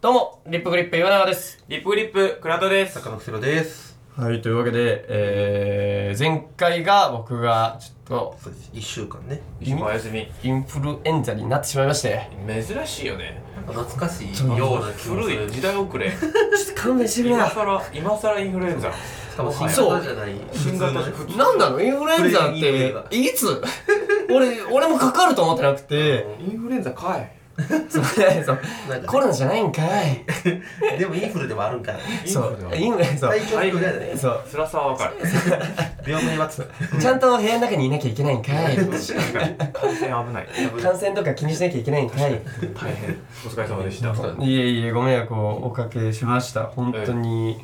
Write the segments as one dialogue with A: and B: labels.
A: どうも、リップグリップ岩永です。
B: リップグリップ倉田です
C: 坂野せろです。
A: はい、というわけで、えー、前回が僕がちょっと
C: そうです。一週間ね。
B: 一お休み
A: インフルエンザになってしまいまして、
B: 珍しいよね
C: 懐かしいような気もす
B: 古い
C: る。
B: 時代遅れ
A: 勘弁して
B: 今さら今さらインフルエンザ
C: しかも新
A: そう
C: 型じゃない。
B: 新型
C: 普通のね
B: 普通
A: なんなのインフルエンザっ
C: インフルエンザ
A: て、いつ俺、俺もかかると思ってなくて、
B: インフルエンザかい
A: そうそう
C: なんかね
A: コロナじゃないんかい。
C: でもインフルでもあるんかい。
A: そう
B: インフ、ル
A: インフルエンザ。
C: 体調不良だよね。
A: そう、
B: 辛さはわかる
C: 病名はつ。
A: ちゃんと部屋の中にいなきゃいけないんかい。
B: なんか感染危ない
A: 感染とか気にしなきゃいけないんかい。
B: 大変お疲れ様でした
A: いえいえご迷惑をおかけしました本当に、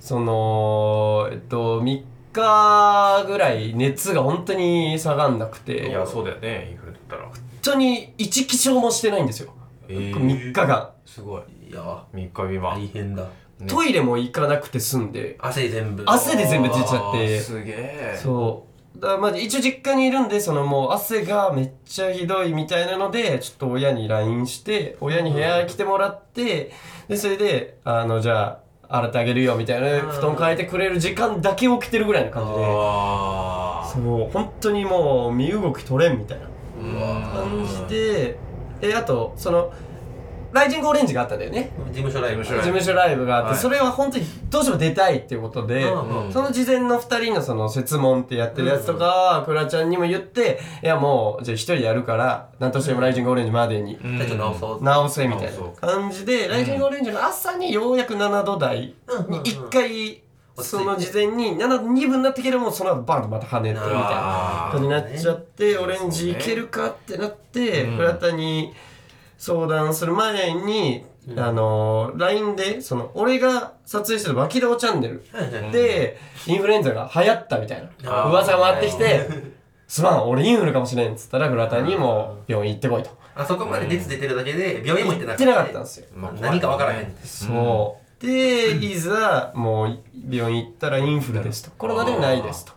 A: そのえっと3日ぐらい熱が本当に下がんなくて
B: いやそうだよねインフルだったら
A: 本当に一気象もしてないんですよ、
B: えー
A: 3日間
B: すごい
C: いや、
B: 3日未満
C: 大変だ。
B: ね
A: トイレも行かなくて済んで
C: 汗全部。
A: 汗で全部出ちゃっ
B: あー
A: て
B: すげえ
A: そうだからまあ一応実家にいるんでそのもう汗がめっちゃひどいみたいなのでちょっと親に LINE して親に部屋来てもらってでそれであのじゃあ洗ってあげるよみたいな
C: うん
A: 布団変えてくれる時間だけ起きてるぐらいの感じで
B: あー
A: そう本当にもう身動き取れんみたいな
B: う
A: 感
B: わ
A: じでであとそのライジングオレンジがあったんだよね
C: 事務所ライブ。
B: 事
A: 事
B: 務
A: 務所ライブがあって、
B: はい
A: それは本当にどうしても出たいっていうことで、
C: うん
B: うん
A: その事前の2人のその説問ってやってるやつとか、クラちゃんにも言って、いやもう、じゃあ1人やるから、なんとしてもライジングオレンジまでに
B: うん
C: 体調直そう。
A: 直せみたいな
B: 直そう
A: 感じで、ライジングオレンジの朝にようやく7度台に1回、
C: うん
A: その事前に7度2分になってけども、その後バンとまた跳ねるみたいな
B: あ
A: 感
B: ー
A: じになっちゃって、オレンジい
B: そうね
A: けるかってなって、
B: うん
A: クラタに相談する前に、あのー、LINE で、その、俺が撮影してる脇道チャンネル
C: はいはい
A: で、インフルエンザが流行ったみたいな
B: あー
A: 噂が回ってきて、すまん、俺インフルかもしれんっつったら、倉田にも病院行ってこいと。
C: あそこまで熱出てるだけで、病院も行って
A: 行っ
C: なかっ
A: て
C: た。
A: なかったんですよ。
B: まあ
C: 何かわからへん。
A: そう。で、いざ、もう病院行ったらインフルですと。コロナでないですと。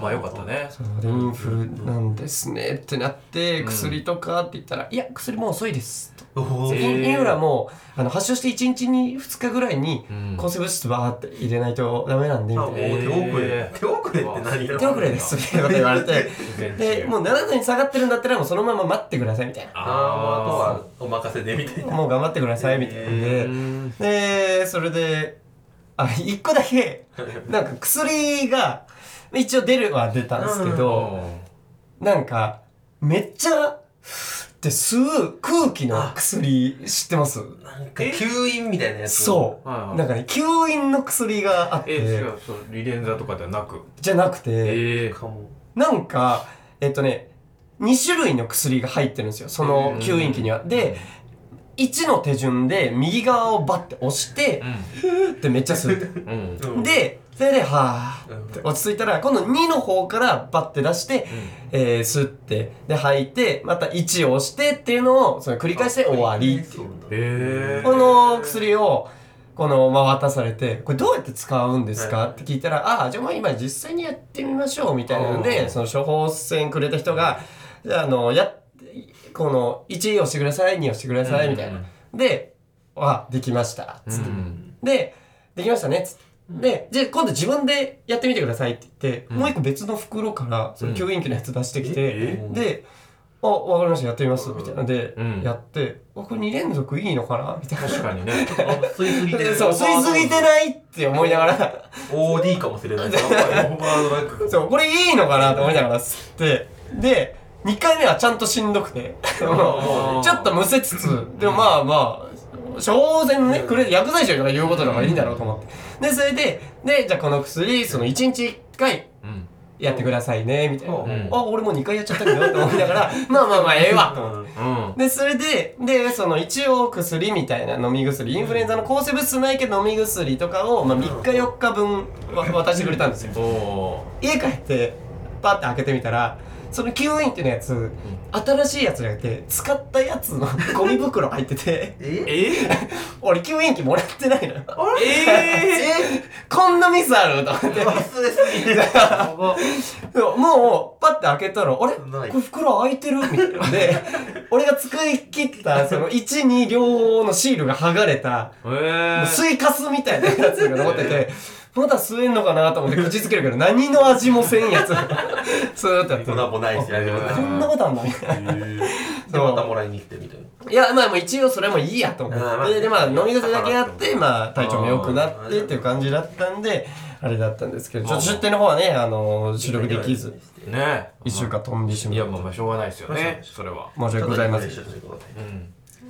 B: まあよかった。ね
A: そうでインフルなんですねってなって、薬とかって言ったら、いや、薬もう遅いですと。
C: おお
B: え
C: ー。
B: ー
A: インフルはもう、あの、発症して1日に2日ぐらいに
B: うん、
A: 抗生物質バーって入れないとダメなんで、み
C: あ
A: たい
C: もう
A: な。
C: 手遅れ。手遅れって何
A: 手遅れですみたいなこと言われて
B: 全然違
A: でもう7度に下がってるんだったらもうそのまま待ってくださいみたいな
C: あーもうあとはお任せでみたいな。
A: もう頑張ってくださいみたいなん
B: う
A: で、
B: ん
A: でそれであ1個だ けなんか薬が一応出るは出たんですけど、なんかめっちゃふーって吸う空気の薬知ってます
C: なんか吸引みたいなやつ。
A: そう、
B: はいはい
A: なんかね吸引の薬があっ
B: え、違
A: て
B: う、そう、リレンザとかではなく。
A: じゃなくて、
B: え
C: かも。
A: なんか、えっとね、2種類の薬が入ってるんですよ、その吸引器には。で、1の手順で右側をバッて押して、ふーってめっちゃ吸う。
B: うん。
C: うん、
A: で、それで、は
C: う
A: ー
C: ん
A: って落ち着いたら、今度2の方からバッて出して、えー吸って、で、吐いて、また1を押してっていうのを、その繰り返して終わり。
B: え
A: この薬を、この、まあ、渡されて、これどうやって使うんですか、
C: はい
A: って聞いたら、ああ、じゃあもう今実際にやってみましょう、みたいなの
B: う
A: で、
B: ん
A: その処方箋くれた人が、じゃあ、あの、やっ、この、1押してください、2押してください、みたいな。で、あ、できました、つって。で、できましたね、つって。で、じゃあ今度自分でやってみてくださいって言って、もう一個別の袋から、その吸引器のやつ出してきて、
C: え
A: で、あ、わかりました、やってみます、みたいなので
B: うん、
A: やって、あこれ2連続いいのかなみたいな。
B: 確かにね。
C: あ吸いすぎて る
A: そう、吸いすぎてないって思いながら、
C: OD かもしれ ない。オーバードラッ グ。
A: そう、これいいのかなと思いながら吸って、で、2回目はちゃんとしんどく て、もうちょっとむせつつ、でもまあまあ、当然ね、くれ、薬剤師の人が言うことだからいいんだろうと思って。で、それで、で、じゃあこの薬、その1日1回
B: うん。
A: やってくださいね、みたいな。
C: うん
A: あ、俺もう2回やっちゃったけど、と思いながら、 まあまあまあ、ええわ、と思って。
B: うん。
A: で、それで、で、その一応薬みたいな飲み薬、インフルエンザの抗生物質ないけど飲み薬とかを、まあ、3日4日分わ渡してくれたんですよ。
B: お
A: 家帰って、パッて開けてみたら、その吸引っていうのやつ、 新しいやつじゃなくて、使ったやつのゴミ袋入ってて、
C: え
B: え
A: 俺吸引器もらってないのよ
C: え
A: こんなミスあると思 って
C: ー忘れすぎて
B: やば
A: そうもうパッて開けたらあれ
C: ない
A: これ袋開いてるみたいなで俺が作り切ったその12両方のシールが剥がれた
B: えー
A: もうスイカスみたいなやつが残ってて、まだ吸えんのかなと思って口つけるけど、何の味もせん やつ。そうだったって。
C: 粉もないしあれもない
A: こんなことあんのみたいな。
C: でまたもらいに来てみたいない
A: や、まあ、もう一応それもいいやと思
C: あーま
A: っ
C: あ
A: て。で、まあ、飲み方だけやっ
B: う
A: て、
B: ん
A: まあ、体調も良くなってっていう感じだったんで、あれだったんですけど、ちょっと出店の方はね、あの、収録できず、
B: ねえ
A: 一週間飛んでしま
B: い
A: い
B: や
A: 申
B: まあまあしょうがないですよねそれは
A: し訳ございません。
B: うん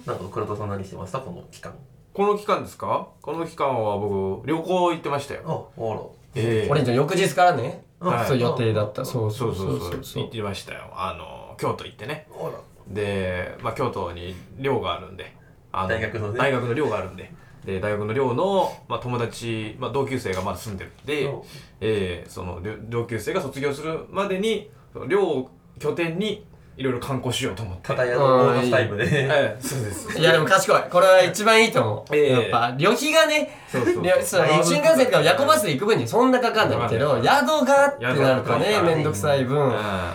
C: なんか黒田さん何してましたこの期間
B: この期間ですかこの期間は僕旅行行ってました
C: あ
B: よ
C: お
B: ええ
A: 俺んちゃん翌日からね、
B: はい
A: そう予定だった。そう
B: そ
A: そうう
B: そ
A: そうう
B: そう
A: そ
B: 行っ
A: う。
B: てましたよあの京都行ってね
C: らおら
B: で、まあ、京都に寮があるんであ
C: 大学のね
B: 大学の寮があるんでで大学の寮の、まあ、友達、まあ、同級生がまだ住んでるんで
C: うん、
B: えーその寮同級生が卒業するまでにその寮を拠点にいろいろ観光しようと思って、
C: 片宿のオーバータイムで
B: ええそうです
A: いや、でも賢い。これは一番いいと思う。
B: ええ
A: やっぱ、旅費がね、
B: そうそ う
A: いやその新幹線とか夜行バスで行く分にそんなかかんないけど宿がってなるとね
B: 宿が
A: めんどくさい分
B: うん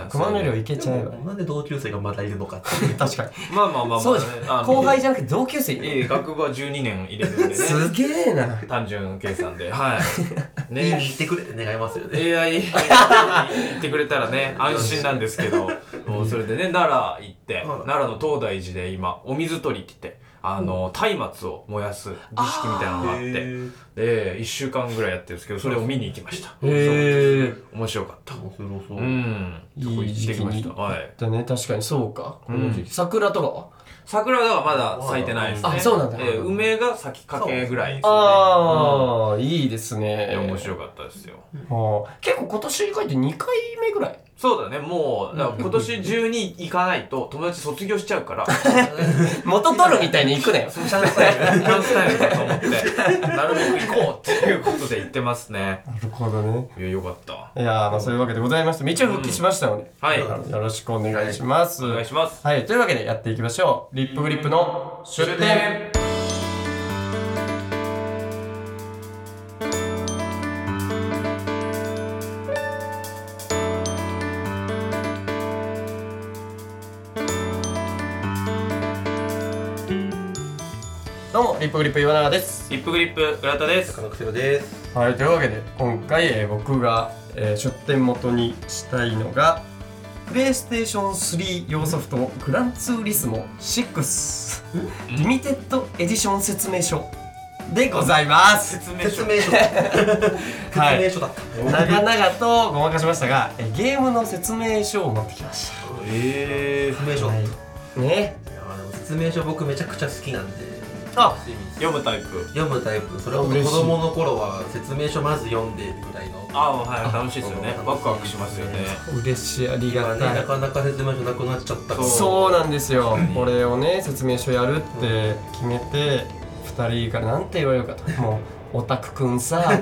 A: 熊野寮行けちゃえば
C: なんで同級生がまだいるのかっていう
A: 確かに
B: まあまあまあまあ、
A: そうじゃん 後輩じ
B: ゃ
A: ゃなくて同級生いる
B: ええ学部は12年入れるんでね
A: すげえな
B: 単純計算 ではい
C: いいにいてくれって願いますよね
B: AI 言ってくれたら ね安心なんですけどもうそれでね奈良行って
C: うん
B: 奈良の東大寺で今お水取りって言ってあの松明を燃やす儀式みたいなのがあっ
C: へ
B: て
C: ー
B: で1週間ぐらいやってるんですけどそれを見に行きました
A: へえ
B: 面白かった
C: 面白そうう、
B: んそこ
A: いい
B: 行っ
A: 時
B: て
A: 期
B: きま
A: に
B: した
A: 行
B: は
A: っ
B: い
A: たね確かにそうか
B: うん
A: 桜とかは
B: 桜がまだ咲いてないですね
A: あそうなんだ
B: えー梅が咲きかけぐらいですよね
A: ああいいです
B: うんい
A: ね
B: や面白かったですよ
A: はあ結構今年に書いて2回目ぐらい
B: そうだねもうだから今年中に行かないと友達卒業しちゃうから
A: 元取るみたいに行くなよ
C: シャンスタイル
B: チャンスタイムだと思って、なるべく行こうっていうことで言ってますね。
A: なるほどね
B: いや、よかった。
A: いやーまあそういうわけでございまして道を復帰しましたので
B: はい。
A: あ
B: お
A: のよろしくお願いします
B: 願いします。
A: はい、というわけでやっていきましょう。リップグリップの出店。どうも、リップグリップ岩永です。
B: リップグリップ、浦田です。
C: 中野くせろです
A: はい、というわけで、今回、えー僕が、えー出店元にしたいのが、プレイステーション3用ソフトグランツーリスモ6リミテッドエディション説明書でございます。
B: 説明
C: 説
B: 書。
C: 明書
A: はい
C: 説明書だった、
A: 長々とごまかしましたが、えーゲームの説明書を持ってきまし
B: え
C: 説明書、
A: た。
C: い、
A: い、ね。
C: やーでも説明書僕めちゃくちゃ好きなんで
A: あ、
B: ー、読むタイプ。
C: 読むタイプそれはもう
A: 嬉し
C: 子
A: い
C: 供の頃は説明書まず読んでぐらいの
B: あー、はい、楽しいですよね
C: う。ん
B: ワクワクしますよね。
A: 嬉しい、あり
C: 今
A: が
C: ね
A: た。
C: ないかなか説明書なくなっちゃったから
A: そうなんですよ。これをね、説明書やるって決めて、二人からなんて言われるかと。もう、オタクくん さ、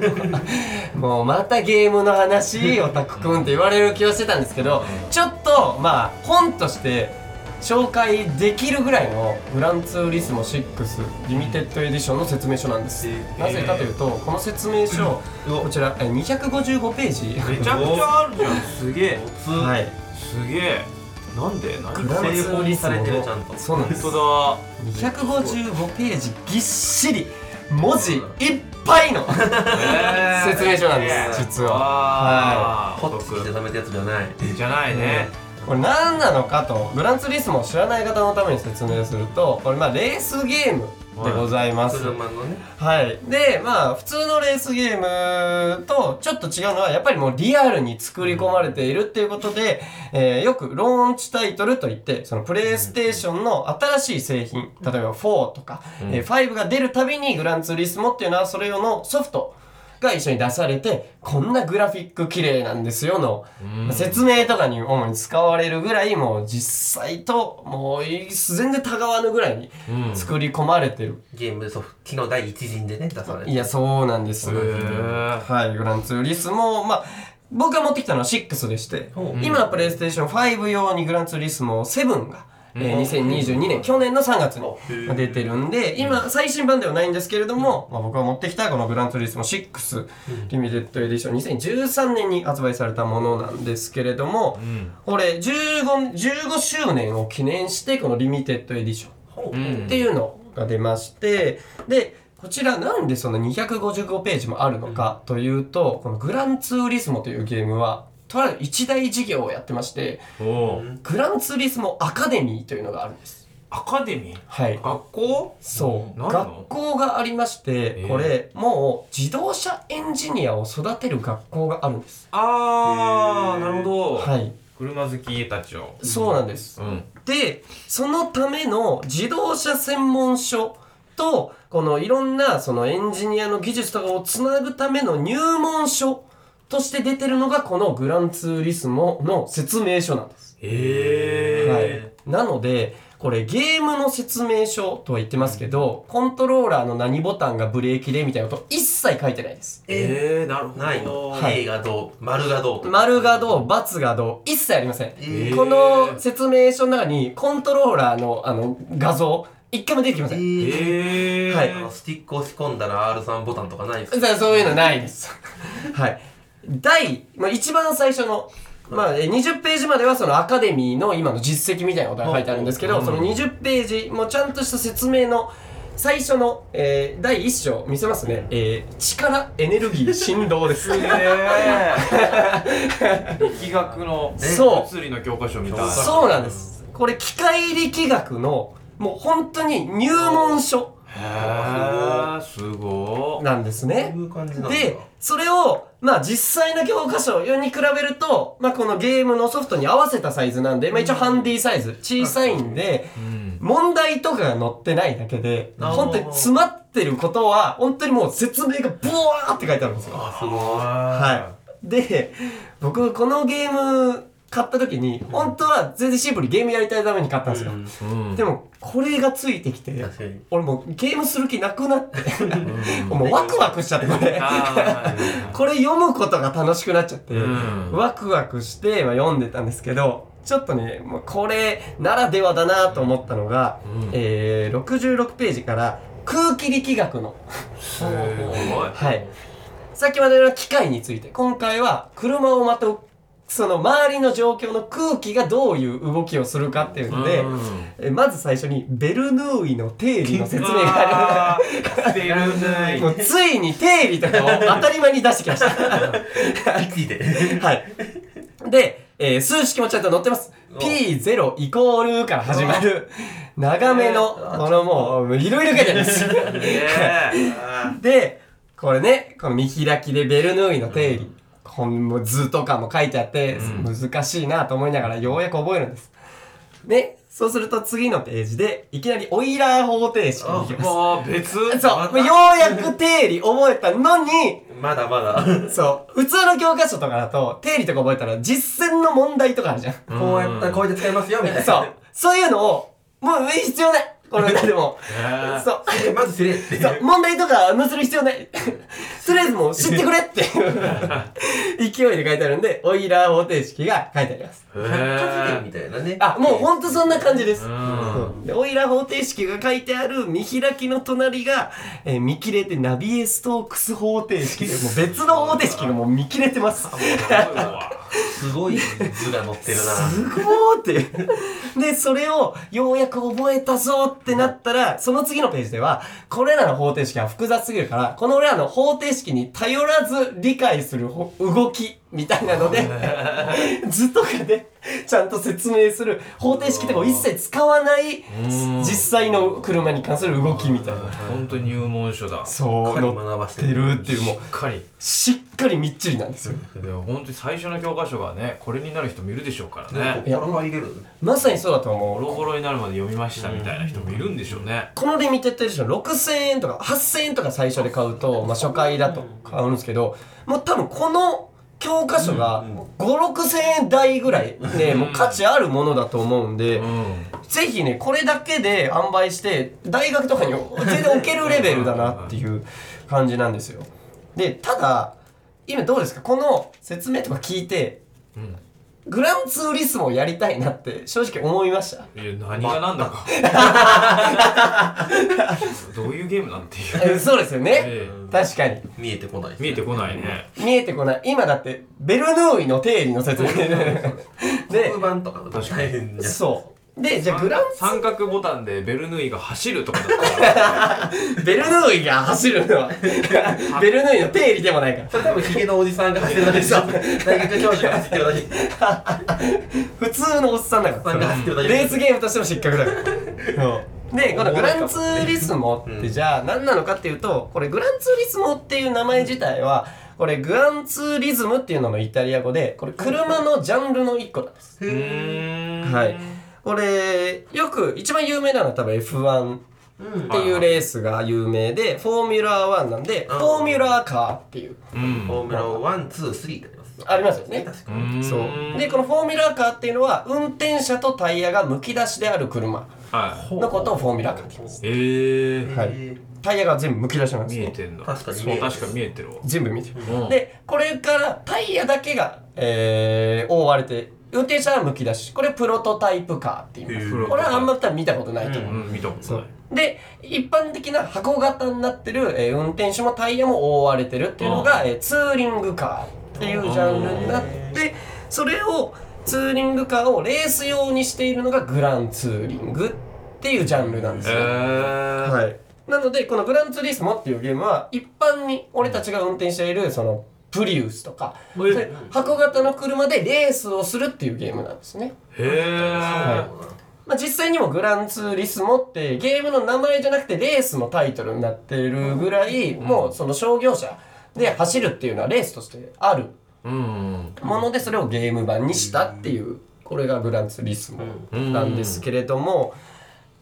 A: もうまたゲームの話、オタクくんって言われる気はしてたんですけど、ちょっと、まあ、本として、紹介できるぐらいのグランツーリスモ6リミテッドエディションの説明書なんです、なぜかというとこの説明書、
C: うん
A: こちらえ255ページ
B: めちゃくちゃあるじゃん。すげえ。
A: はいい
B: すげえ。なんで何
A: グランツ
B: これ
A: ーリスモ
C: 整合にされてるちゃんと
A: そうなんです
B: 本当
A: 255ページぎっしり文字いっぱ いの
B: だ。えー
A: 説明書なんです実は
B: あー、
C: ホ
B: お
C: ッとして
B: 得
C: ためたやつじゃない
B: じゃないね。
A: これ何なのかとグランツーリスモを知らない方のために説明するとこれまあレースゲームでございます、
C: 車のね
A: はい。で、まあ、普通のレースゲームとちょっと違うのは、やっぱりもうリアルに作り込まれているっていうことで、えーよくローンチタイトルといって、そのプレイステーションの新しい製品、例えば4とか、えー5が出るたびにグランツーリスモっていうのはそれ用のソフトが一緒に出されて、こんなグラフィック綺麗なんですよの、
B: うん
A: 説明とかに主に使われるぐらい、もう実際と、もうい全然たがわぬぐらいに
B: うん
A: 作り込まれてる。
C: ゲームソフト機の第一陣でね出されて
A: いや、そうなんです。
B: へー
A: はい、グランツーリスモ、まあ、僕が持ってきたのは6でして、
C: うん
A: 今プレイステーション5用にグランツーリスモ7がえー2022年去年の3月に
C: ー
A: 出てるんで今最新版ではないんですけれども、まあ、僕が持ってきたこのグランツーリスモ6リミテッドエディション2013年に発売されたものなんですけれども
B: うん
A: これ 15, 15周年を記念してこのリミテッドエディション
C: ほ
B: う
C: うん
A: っていうのが出まして、でこちらなんでその255ページもあるのかというと、このグランツーリスモというゲームはとある一大事業をやってまして
B: おー
A: グランツーリスモアカデミーというのがあるんです
B: アカデミー
A: はい
B: 学校
A: そう
B: なんなの
A: 学校がありまして、
B: えー
A: これもう自動車エンジニアを育てる学校があるんです
B: あ
C: へ
B: ー
C: ー
B: なるほど
A: はい
B: 車好きたちを
A: そうなんです、
B: うん
A: でそのための自動車専門書とこのいろんなそのエンジニアの技術とかをつなぐための入門書として出てるのがこのグランツーリスモの説明書なんです。
B: え
A: はい、なのでこれゲームの説明書とは言ってますけどコントローラーの何ボタンがブレーキでみたいなこと一切書いてないです。
C: え
B: えーなるほど
C: ないの、
A: はい
C: A がどう丸がどう
A: 丸がどう×がどう一切ありません、
B: ー
A: この説明書の中にコントローラーのあの画像一回も出てきません、
B: えー
A: はい
C: あのスティック押し込んだら R3 ボタンとかないですか
A: さあそういうのないです。はい。第、まあ、一番最初の、まあ、えー20ページまではそのアカデミーの今の実績みたいなことが書いてあるんですけど、その20ページもちゃんとした説明の最初の、えー第1章見せますね。えー力、エネルギー、振動です。
B: えー 力学の
A: そう
B: 物理の教科書みたい
C: そ
A: そうなんです。これ、機械力学の、もう本当に入門書
B: へーすご
A: なんです
C: そ
A: ね
C: う。いう感じなんだ
A: で、それを、まあ実際の教科書に比べると、まあこのゲームのソフトに合わせたサイズなんで、まあ一応ハンディサイズ、小さいんで、
B: いうん
A: 問題とかが載ってないだけで、
C: あー
A: 本当に詰まってることは、本当にもう説明がブワーって書いてあるんですよ。
C: あすごい
A: はい。で、僕このゲーム買った時に、本当は全然シンプルにゲームやりたいために買ったんですよ。
B: いうん
A: でも、これがついてきて、
C: 確かに
A: 俺もうゲームする気なくなって、
B: うん
A: もうワクワクしちゃって、これ。
B: あ
A: これ読むことが楽しくなっちゃって、
B: うん
A: ワクワクして、まあ、読んでたんですけどちょっとねもうこれならではだなと思ったのが、
B: うん
A: えー、66ページから空気力学の、
B: ーすごい
A: はい、さっきまでの機械について今回は車をまとうその周りの状況の空気がどういう動きをするかっていうので、
B: うん
A: えまず最初にベルヌーイの定理の説明があ
B: あー出るね
A: るもうついに定理とかを当たり前に出してきました
C: 息で
A: はい。で、えー数式もちゃんと載ってます。
C: お
A: P0 イコールから始まる、長めの、このもう、いろいろ書いてあります。
B: ね
A: で、これね、この見開きでベルヌーイの定理、このもう図とかも書いてあって、難しいなと思いながらようやく覚えるんです。ね、そうすると次のページで、いきなりオイラー方程式に行き
B: え
A: ます。
B: もう別
A: そう、もうようやく定理覚えたのに、
C: まだまだ
A: そう。普通の教科書とかだと、定理とか覚えたら、実践の問題とかある じゃん。
C: こうやったらこうやって使いますよみたいな
A: そう。そういうのを、もう必要ない。この中で も。そう。
C: でまずせれって
A: そう。問題とか載せる必要ない。 とりあえずもう知ってくれって いう勢いで書いてあるんで、オイラー方程式が書いてあります。
B: へ
C: 活
B: ー
C: みたいなね
A: あ、もうほんとそんな感じです。
B: うん
A: でオイラー方程式が書いてある見開きの隣が、えー見切れてナビエストークス方程式で、もう別の方程式がもう見切れてます。
C: すごい図が載ってるな
A: すごーっていう。で、それをようやく覚えたぞってなったら、その次のページでは、これらの方程式は複雑すぎるから、この俺らの方程式に頼らず理解するほ動きみたいなので、図とかでちゃんと説明する方程式とかを一切使わない
B: ん
A: 実際の車に関する動きみたいな。
B: 本当に入門書だし
A: そう、
C: 彼
A: 載
C: も学ばせ
A: ってて
C: る
A: るっていう、もう、
B: っかり
A: しっかりみっちりなんですよ。
B: でも本当に最初の教科書がねこれになる人もいるでしょうからね
C: ねここから入れる
A: まさにそうだと
B: ボ
A: 思う。
B: ロボロになるまで読みましたみたいな人もいるんでしょうね
A: このリミテッドエディション6000円とか8000円とか最初で買うと、まあ、初回だと買うんですけどもう多分この教科書が56000円台ぐらいねもう価値あるものだと思うんで
B: うん
A: ぜひねこれだけで販売して大学とかに全然置けるレベルだなっていう感じなんですよでただ今どうですかこの説明とか聞いてグランツーリスモをやりたいなって正直思いました
B: いや何がなんだ かどういうゲームなんていう、
A: えそうですよね
B: え
A: 確かに
C: 見えてこないです
B: え見えてこないね
A: 見えてこない今だってベルヌーイの定理の説明で
C: 黒板とかだと大変じゃん
A: そうでじゃあグランツ
B: 三角ボタンでベルヌイが走るとかだった ら
A: ベルヌーイが走るの はベルヌーイの定理でもないから
C: それ多分ヒゲのおじさんが走ってるだけでしょ大学教授が走ってるだけ
A: 普通のおっさんだか
C: さんが走ってるだ
A: ら
C: け
A: レースゲームとしても失格だからそうでこのグランツーリスモっ
C: う
A: て
C: ん
A: じゃあ何なのかっていうとこれグランツーリスモっていう名前自体はこれグランツーリズムっていうのもイタリア語でこれ車のジャンルの一個なんです
B: うーん
A: はいこれよく一番有名なのは多分 F1
C: う
A: っ
C: ん
A: ていうレースが有名でフォーミュラー1なんでフ
C: うん
A: ォーミュラーカーっていう
B: うん
C: ホームランワンツースリーってあります
A: ありますよね
C: 確か
B: う
C: に
B: ーん
A: そうでこのフォーミュラーカーっていうのは運転者とタイヤがむき出しである車
B: はい
A: のことをフォーミュラーカーって言います
B: えー、
A: はい
C: え
A: タイヤが全部むき出しなんです
B: 見え
A: ね
B: てんだ
C: 確かに
B: そ
C: 見
B: う
C: えてる
B: 確かに見えてるわ
A: 全部見てる、
B: うん
A: でこれからタイヤだけが、えー、覆われて運転者はむき出しこれプロトタイプカーってい
C: へ
A: う
C: ー
A: これはあんま多分見たことないと思う、
B: うん見たこと
A: そ
B: な
A: う
B: い
A: で一般的な箱型になってる、えー運転手もタイヤも覆われてるっていうのが、えーツーリングカーっていうジャンルになってそれをツーリングカーをレース用にしているのがグランツーリングっていうジャンルなんです
B: え
A: よ、
B: ー、
A: はい、なのでこのグランツーリスモっていうゲームは一般に俺たちが運転しているそのプリウスとか
B: え
A: そういう箱型の車でレースをするっていうゲームなんですね
B: へえ
A: まあ、実際にもグランツーリスモってゲームの名前じゃなくてレースのタイトルになってるぐらい、もうその商業者で走るっていうのはレースとしてある
B: うん
A: ものでそれをゲーム版にしたっていうこれがグランツーリスモなんですけれども、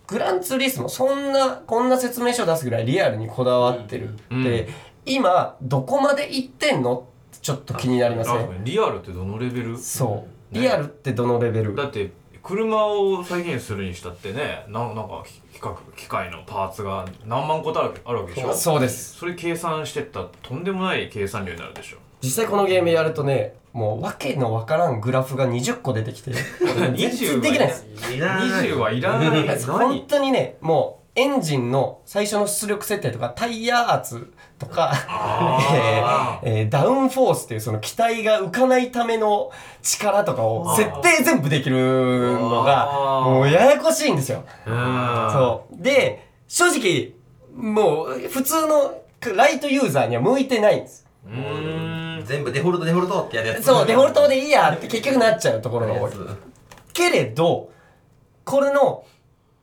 A: グランツーリスモそんなこんな説明書を出すぐらいリアルにこだわってるって、
B: うんうん
A: 今どこまで行ってんのちょっと気になりませ
B: あ
A: ん
B: リアルってどのレベル
A: そう
B: ね
A: リアルってどのレベル
B: だって車を再現するにしたってねななんか機機械機械のパーツが何万個とあるあるわけでしょ
A: そうです
B: それ計算してったらとんでもない計算量になるでしょ
A: 実際このゲームやるとねもう訳のわからんグラフが20個出てき て 全然できないです
C: いらない
B: 20はいらない
A: 本
B: 何
A: 当にねもうエンジンの最初の出力設定とかタイヤ圧とか、
B: あ
A: えーえーダウンフォースっていうその機体が浮かないための力とかを設定全部できるのが
B: あー
A: もうややこしいんですよ。
B: うん
A: そうで正直もう普通のライトユーザーには向いてないんです。
B: うーん
C: 全部デフォルトデフォルトってやるやつ
A: そうデフォルトでいいやって結局なっちゃうところが多い。けれど、これの、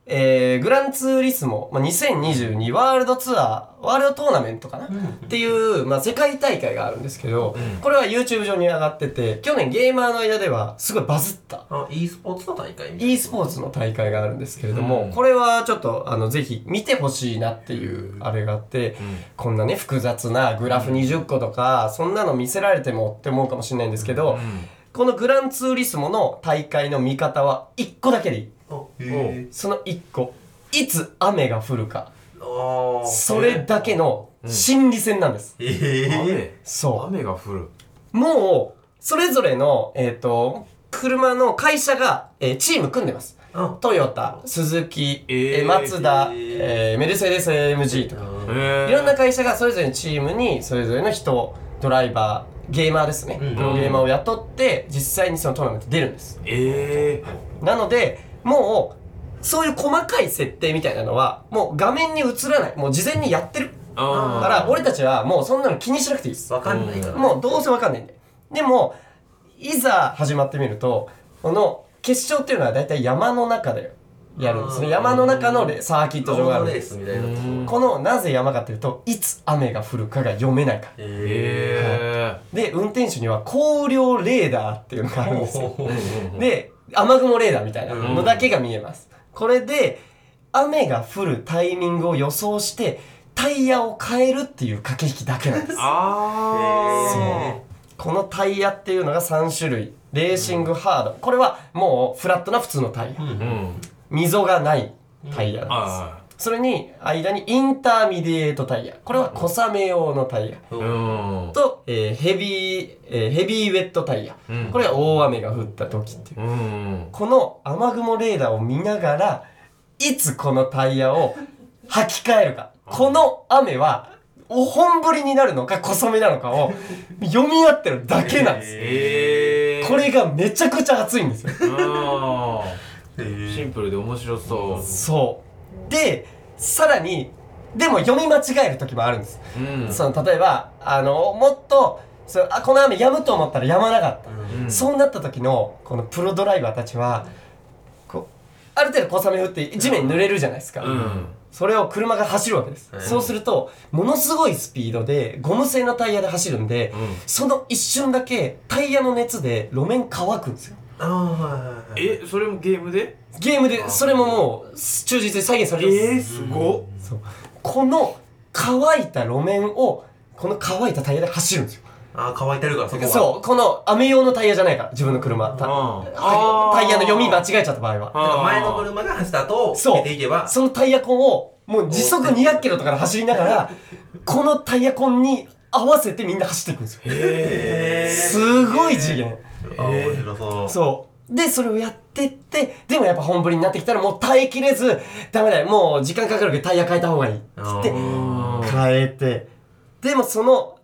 A: えー、グランツーリスモ、まあ、2022ワールドツアー、ワールドトーナメントかな、っていう、まあ、世界大会があるんですけど、これは YouTube 上に上がってて、去年ゲーマーの間ではすごいバズった。
C: あ e スポーツの大会
A: e スポーツの大会があるんですけれども、
B: うん
A: これはちょっとあのぜひ見てほしいなっていうあれがあって、こんなね複雑なグラフ20個とか、そんなの見せられてもって思うかもしれないんですけど、
B: うん
A: このグランツーリスモの大会の見方は1個だけでいい。
C: おへ
A: その1個いつ雨が降るか
C: ーあー
A: それだけの心理戦なんです、
C: ええ
B: 雨
A: そ
B: 雨が降る
A: うもうそれぞれのえっ、と車の会社が、えーチーム組んでます
C: あ
A: トヨタスズキ、えー
B: えー
A: マツダ、
C: えー
A: えーメルセデス AMG とか
B: い
A: いろんな会社がそれぞれのチームにそれぞれの人ドライバーゲーマーですね、
C: うん
A: このゲーマーを雇って実際にそのトーナメント出るんです
B: ええ
A: なのでもうそういう細かい設定みたいなのはもう画面に映らないもう事前にやってるだか
B: あ
A: ら俺たちはもうそんなの気にしなくていいです
C: わかんないから
A: もうどうせわかんないんででもいざ始まってみるとこの決勝っていうのは大体山の中でやるんですね
C: あー
A: 山の中のレサーキット場があるん
C: ロードレ
A: で
C: ー
A: す
C: スみたいなとこ
B: うん
A: このなぜ山かというといつ雨が降るかが読めないから
B: え
A: で運転手には降量レーダーっていうのがあるんですよ
C: ほうほうほう
A: で雨雲レーダーみたいなのだけが見えます、これで雨が降るタイミングを予想してタイヤを変えるっていう駆け引きだけなんです
B: ああ
C: へ
A: このタイヤっていうのが3種類レーシングハード、これはもうフラットな普通のタイヤ、
C: ーうん
B: うん
A: 溝がないタイヤなんです、
B: ああ
A: それに間にインターミディエートタイヤこれは小雨用のタイヤ
B: うん
A: と、えーヘビー、えーヘビーウェットタイヤ、
B: うん
A: これは大雨が降った時っていう
B: うん
A: この雨雲レーダーを見ながらいつこのタイヤを履き替えるかこの雨はお本降りになるのか小雨なのかを読み合ってるだけなんです、
B: ええ
A: これがめちゃくちゃ暑いんですよ
B: あ
C: え
B: ー
C: ー
B: シンプルで面白そう
A: そうでさらにでも読み間違える時もあるんです、
B: うん
A: その例えばあのもっとそのあこの雨止むと思ったら止まなかった、
B: うん
A: そうなった時のこのプロドライバーたちはこうある程度小雨降って地面に濡れるじゃないですか、
B: うん
A: それを車が走るわけです、
C: うん
A: そうするとものすごいスピードでゴム製のタイヤで走るんで、
B: うん
A: その一瞬だけタイヤの熱で路面乾くんですよ
C: ああはいはいはい
B: えそれもゲームで
A: ゲームでそれももう忠実に再現されてます、
B: すご
A: そうこの乾いた路面をこの乾いたタイヤで走るんですよ
C: あー乾いてるからそこが
A: そうこの雨用のタイヤじゃないから自分の車た
B: ああ
A: タイヤの読み間違えちゃった場合は
C: だから前の車が走った後を
A: そう
C: つけていけば
A: そのタイヤ痕をもう時速200キロとかで走りなが らこのタイヤ痕に合わせてみんな走っていくんですよ
B: へえ
A: すごい次元
C: あー面白そう
A: そうでそれをやってってでもやっぱ本振りになってきたらもう耐えきれずダメだよもう時間かかるけどタイヤ変えた方がいいっつって
C: あ
A: 変えてでもその、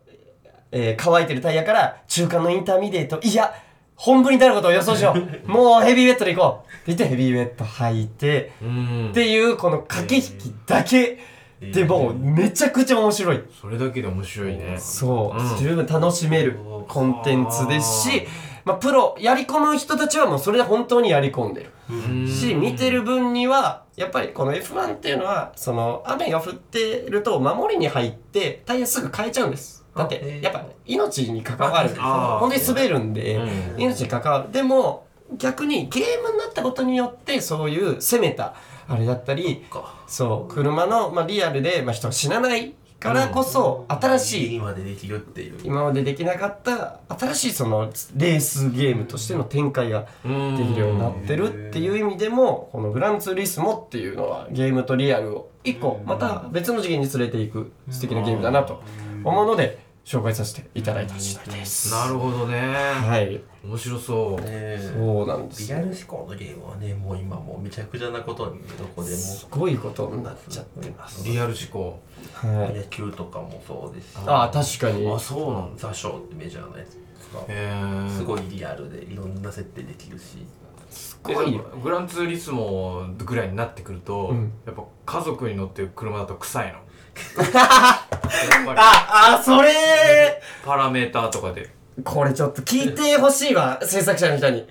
A: えー乾いてるタイヤから中間のインターミデートいや本部になることを予想しよう もうヘビーウェットで行こうって言ってヘビーウェット履いて
B: うん
A: っていうこの駆け引きだけ
C: えー
A: でもうめちゃくちゃ面白い
B: それだけで面白いね
A: そう、
B: うん
A: 十分楽しめるコンテンツですしまあ、プロやり込む人たちはもうそれで本当にやり込んでるし見てる分にはやっぱりこの F1 っていうのはその雨が降ってると守りに入ってタイヤすぐ変えちゃうんですだっ
C: あえ
A: て
C: ー
A: やっぱ命に関わる
B: あー
A: 本当に滑るんで
B: うん
A: 命に関わるでも逆にゲームになったことによってそういう攻めたあれだったり
C: か
A: そう車のまあリアルでまあ人が死なないからこそ新しい
C: 今でできるっていう
A: 今までできなかった新しいそのレースゲームとしての展開が
B: うん
A: できるようになってるっていう意味でもこの「グランツーリスモ」っていうのはゲームとリアルを一個また別の次元に連れていく素敵なゲームだなと思うので紹介させていただいた次第です。
B: なるほどね
A: はい、
B: 面白そう
C: ね
A: そうなんです
C: リ
A: よ
C: アル思考のゲームはねもう今もうめちゃくちゃなことにどこですも
A: ごいことになっちゃってます。
B: リアル思考
A: はい、
C: 野球とかもそうですし
A: ああ確かに
B: あそうなんだ
C: 座礁ってメジャーのやつとか
B: へえ
C: すごいリアルでいろんな設定できるし
A: すごいよ。
B: グランツーリスモぐらいになってくると、
A: うん
B: やっぱ家族に乗ってる車だと 臭いのやっぱ
A: ああそれ
B: りパラメーターとかで
A: これちょっと聞いてほしいわ制作者の人に。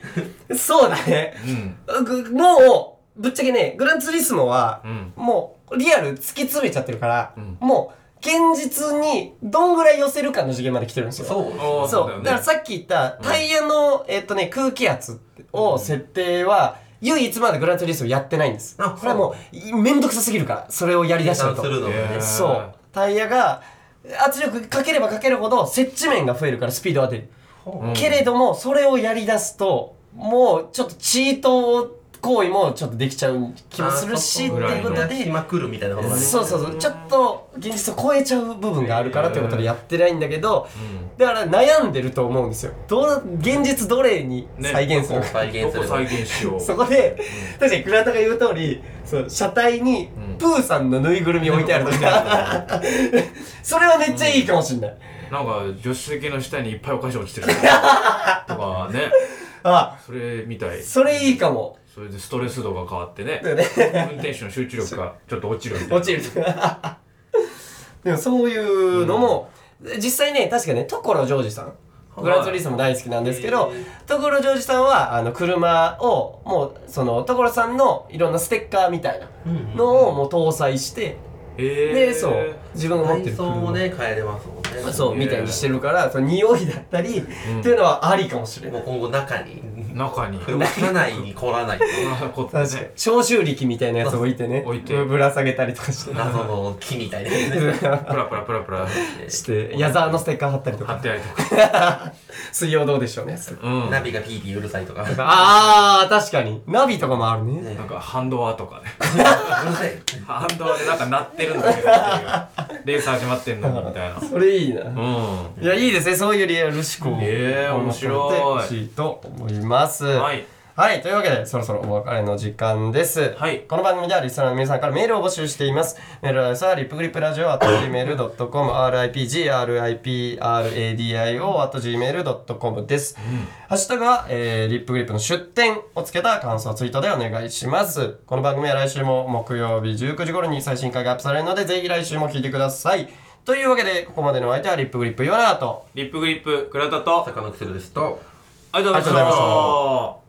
A: そうだね。
B: うん
A: ぐもうぶっちゃけねグランツーリスモは
B: うん
A: もうリアル突き詰めちゃってるから、
B: うん
A: もう現実にどんぐらい寄せるかの次元まで来てるんですよ。
C: そう
B: あー
A: そう
B: そうだ
A: だ
B: よね
A: からさっき言ったタイヤの、えっとね、空気圧を設定は、唯一までグランツーリスモやってないんです。
C: あ
A: これはもういめんどくさすぎるからそれをやりだしちゃうと。
C: 計算するのも
B: へ
C: ね
B: ー
A: そうタイヤが圧力かければかけるほど接地面が増えるからスピードは出る。
B: うん
A: けれどもそれをやりだすともうちょっとチート行為もちょっとできちゃう気もするしっ
C: あ
A: て
C: ー
B: ぐら
A: い
B: いうの
A: ことで
C: しまくるみたいなことがね
A: そうそうそうちょっと現実を超えちゃう部分があるからということでやってないんだけど
B: うん
A: だから悩んでると思うんですよどう現実どれに
B: ね
A: 再現するか、
C: 再現す
B: ど
C: る
B: こ再現しよう
A: そこで確かに倉田が言う通りそう車体に
B: うん
A: プーさんのぬいぐるみ置いてあると かそれはめっちゃいいかもしんない
B: なんか助手席の下にいっぱいお菓子落ち てるとかね
A: あ
B: それみたい
A: それいいかも
B: それでストレス度が変わってね
A: だよね
B: 運転手の集中力がちょっと落ちるみたいな
A: 落ちる でもそういうのも、実際ね確かね所ジョージさん
B: い
A: グランツーリスも大好きなんですけど
C: へー
A: 所ジョージさんはあの車をもうその所さんのいろんなステッカーみたいなのをもう搭載して、
B: えー、
A: でそう自分が持って
C: 内
A: る
C: 装
A: 車
C: もね変えれますもんね
A: そうみたいにしてるからその匂いだったり、っていうのはありかもしれな
C: も
A: いう
C: 今後中に
B: 中に
C: 来ないに来らない
B: こう
A: 確かに
B: ね
A: 消臭力みたいなやつ置いてね
B: 置いて
A: ぶら下げたりとかして
C: 謎の木みたいなね
B: プラプラプラプ ラ
A: して矢沢のステッカー貼ったりと
B: 貼っ
A: か
B: てありとか
A: 「水曜どうでしょう」ね
B: うん
C: ナビがピーピーうるさいとか うるさ
A: あー確かにナビとかもあるね
B: なんかハンドアと かね
C: い
B: ハンドアでなんか鳴ってるんだけどっていうレース始まってんのにみたいな
A: それいいな
B: うん
A: いやいいですねそういうリアル思考を
B: ええ面白い
A: ほしいと思います
B: はい
A: はい、というわけで、そろそろお別れの時間です。
B: はい
A: この番組ではリスナーの皆さんからメールを募集しています。メールアドレスは、リップグリップラジオ、あと gmail.com、ripg, ripradio、あと gmail.com です。ハッシュタグは、えー、リップグリップの出店をつけた感想ツイートでお願いします。この番組は来週も木曜日19時頃に最新回がアップされるので、ぜひ来週も聞いてください。というわけで、ここまでのお相手は、リップグリップ岩永と、
B: リップグリップ倉田と
C: 坂の薬ですと
B: ありがとうござい
A: ありがとうござい
B: ま
A: ま
B: した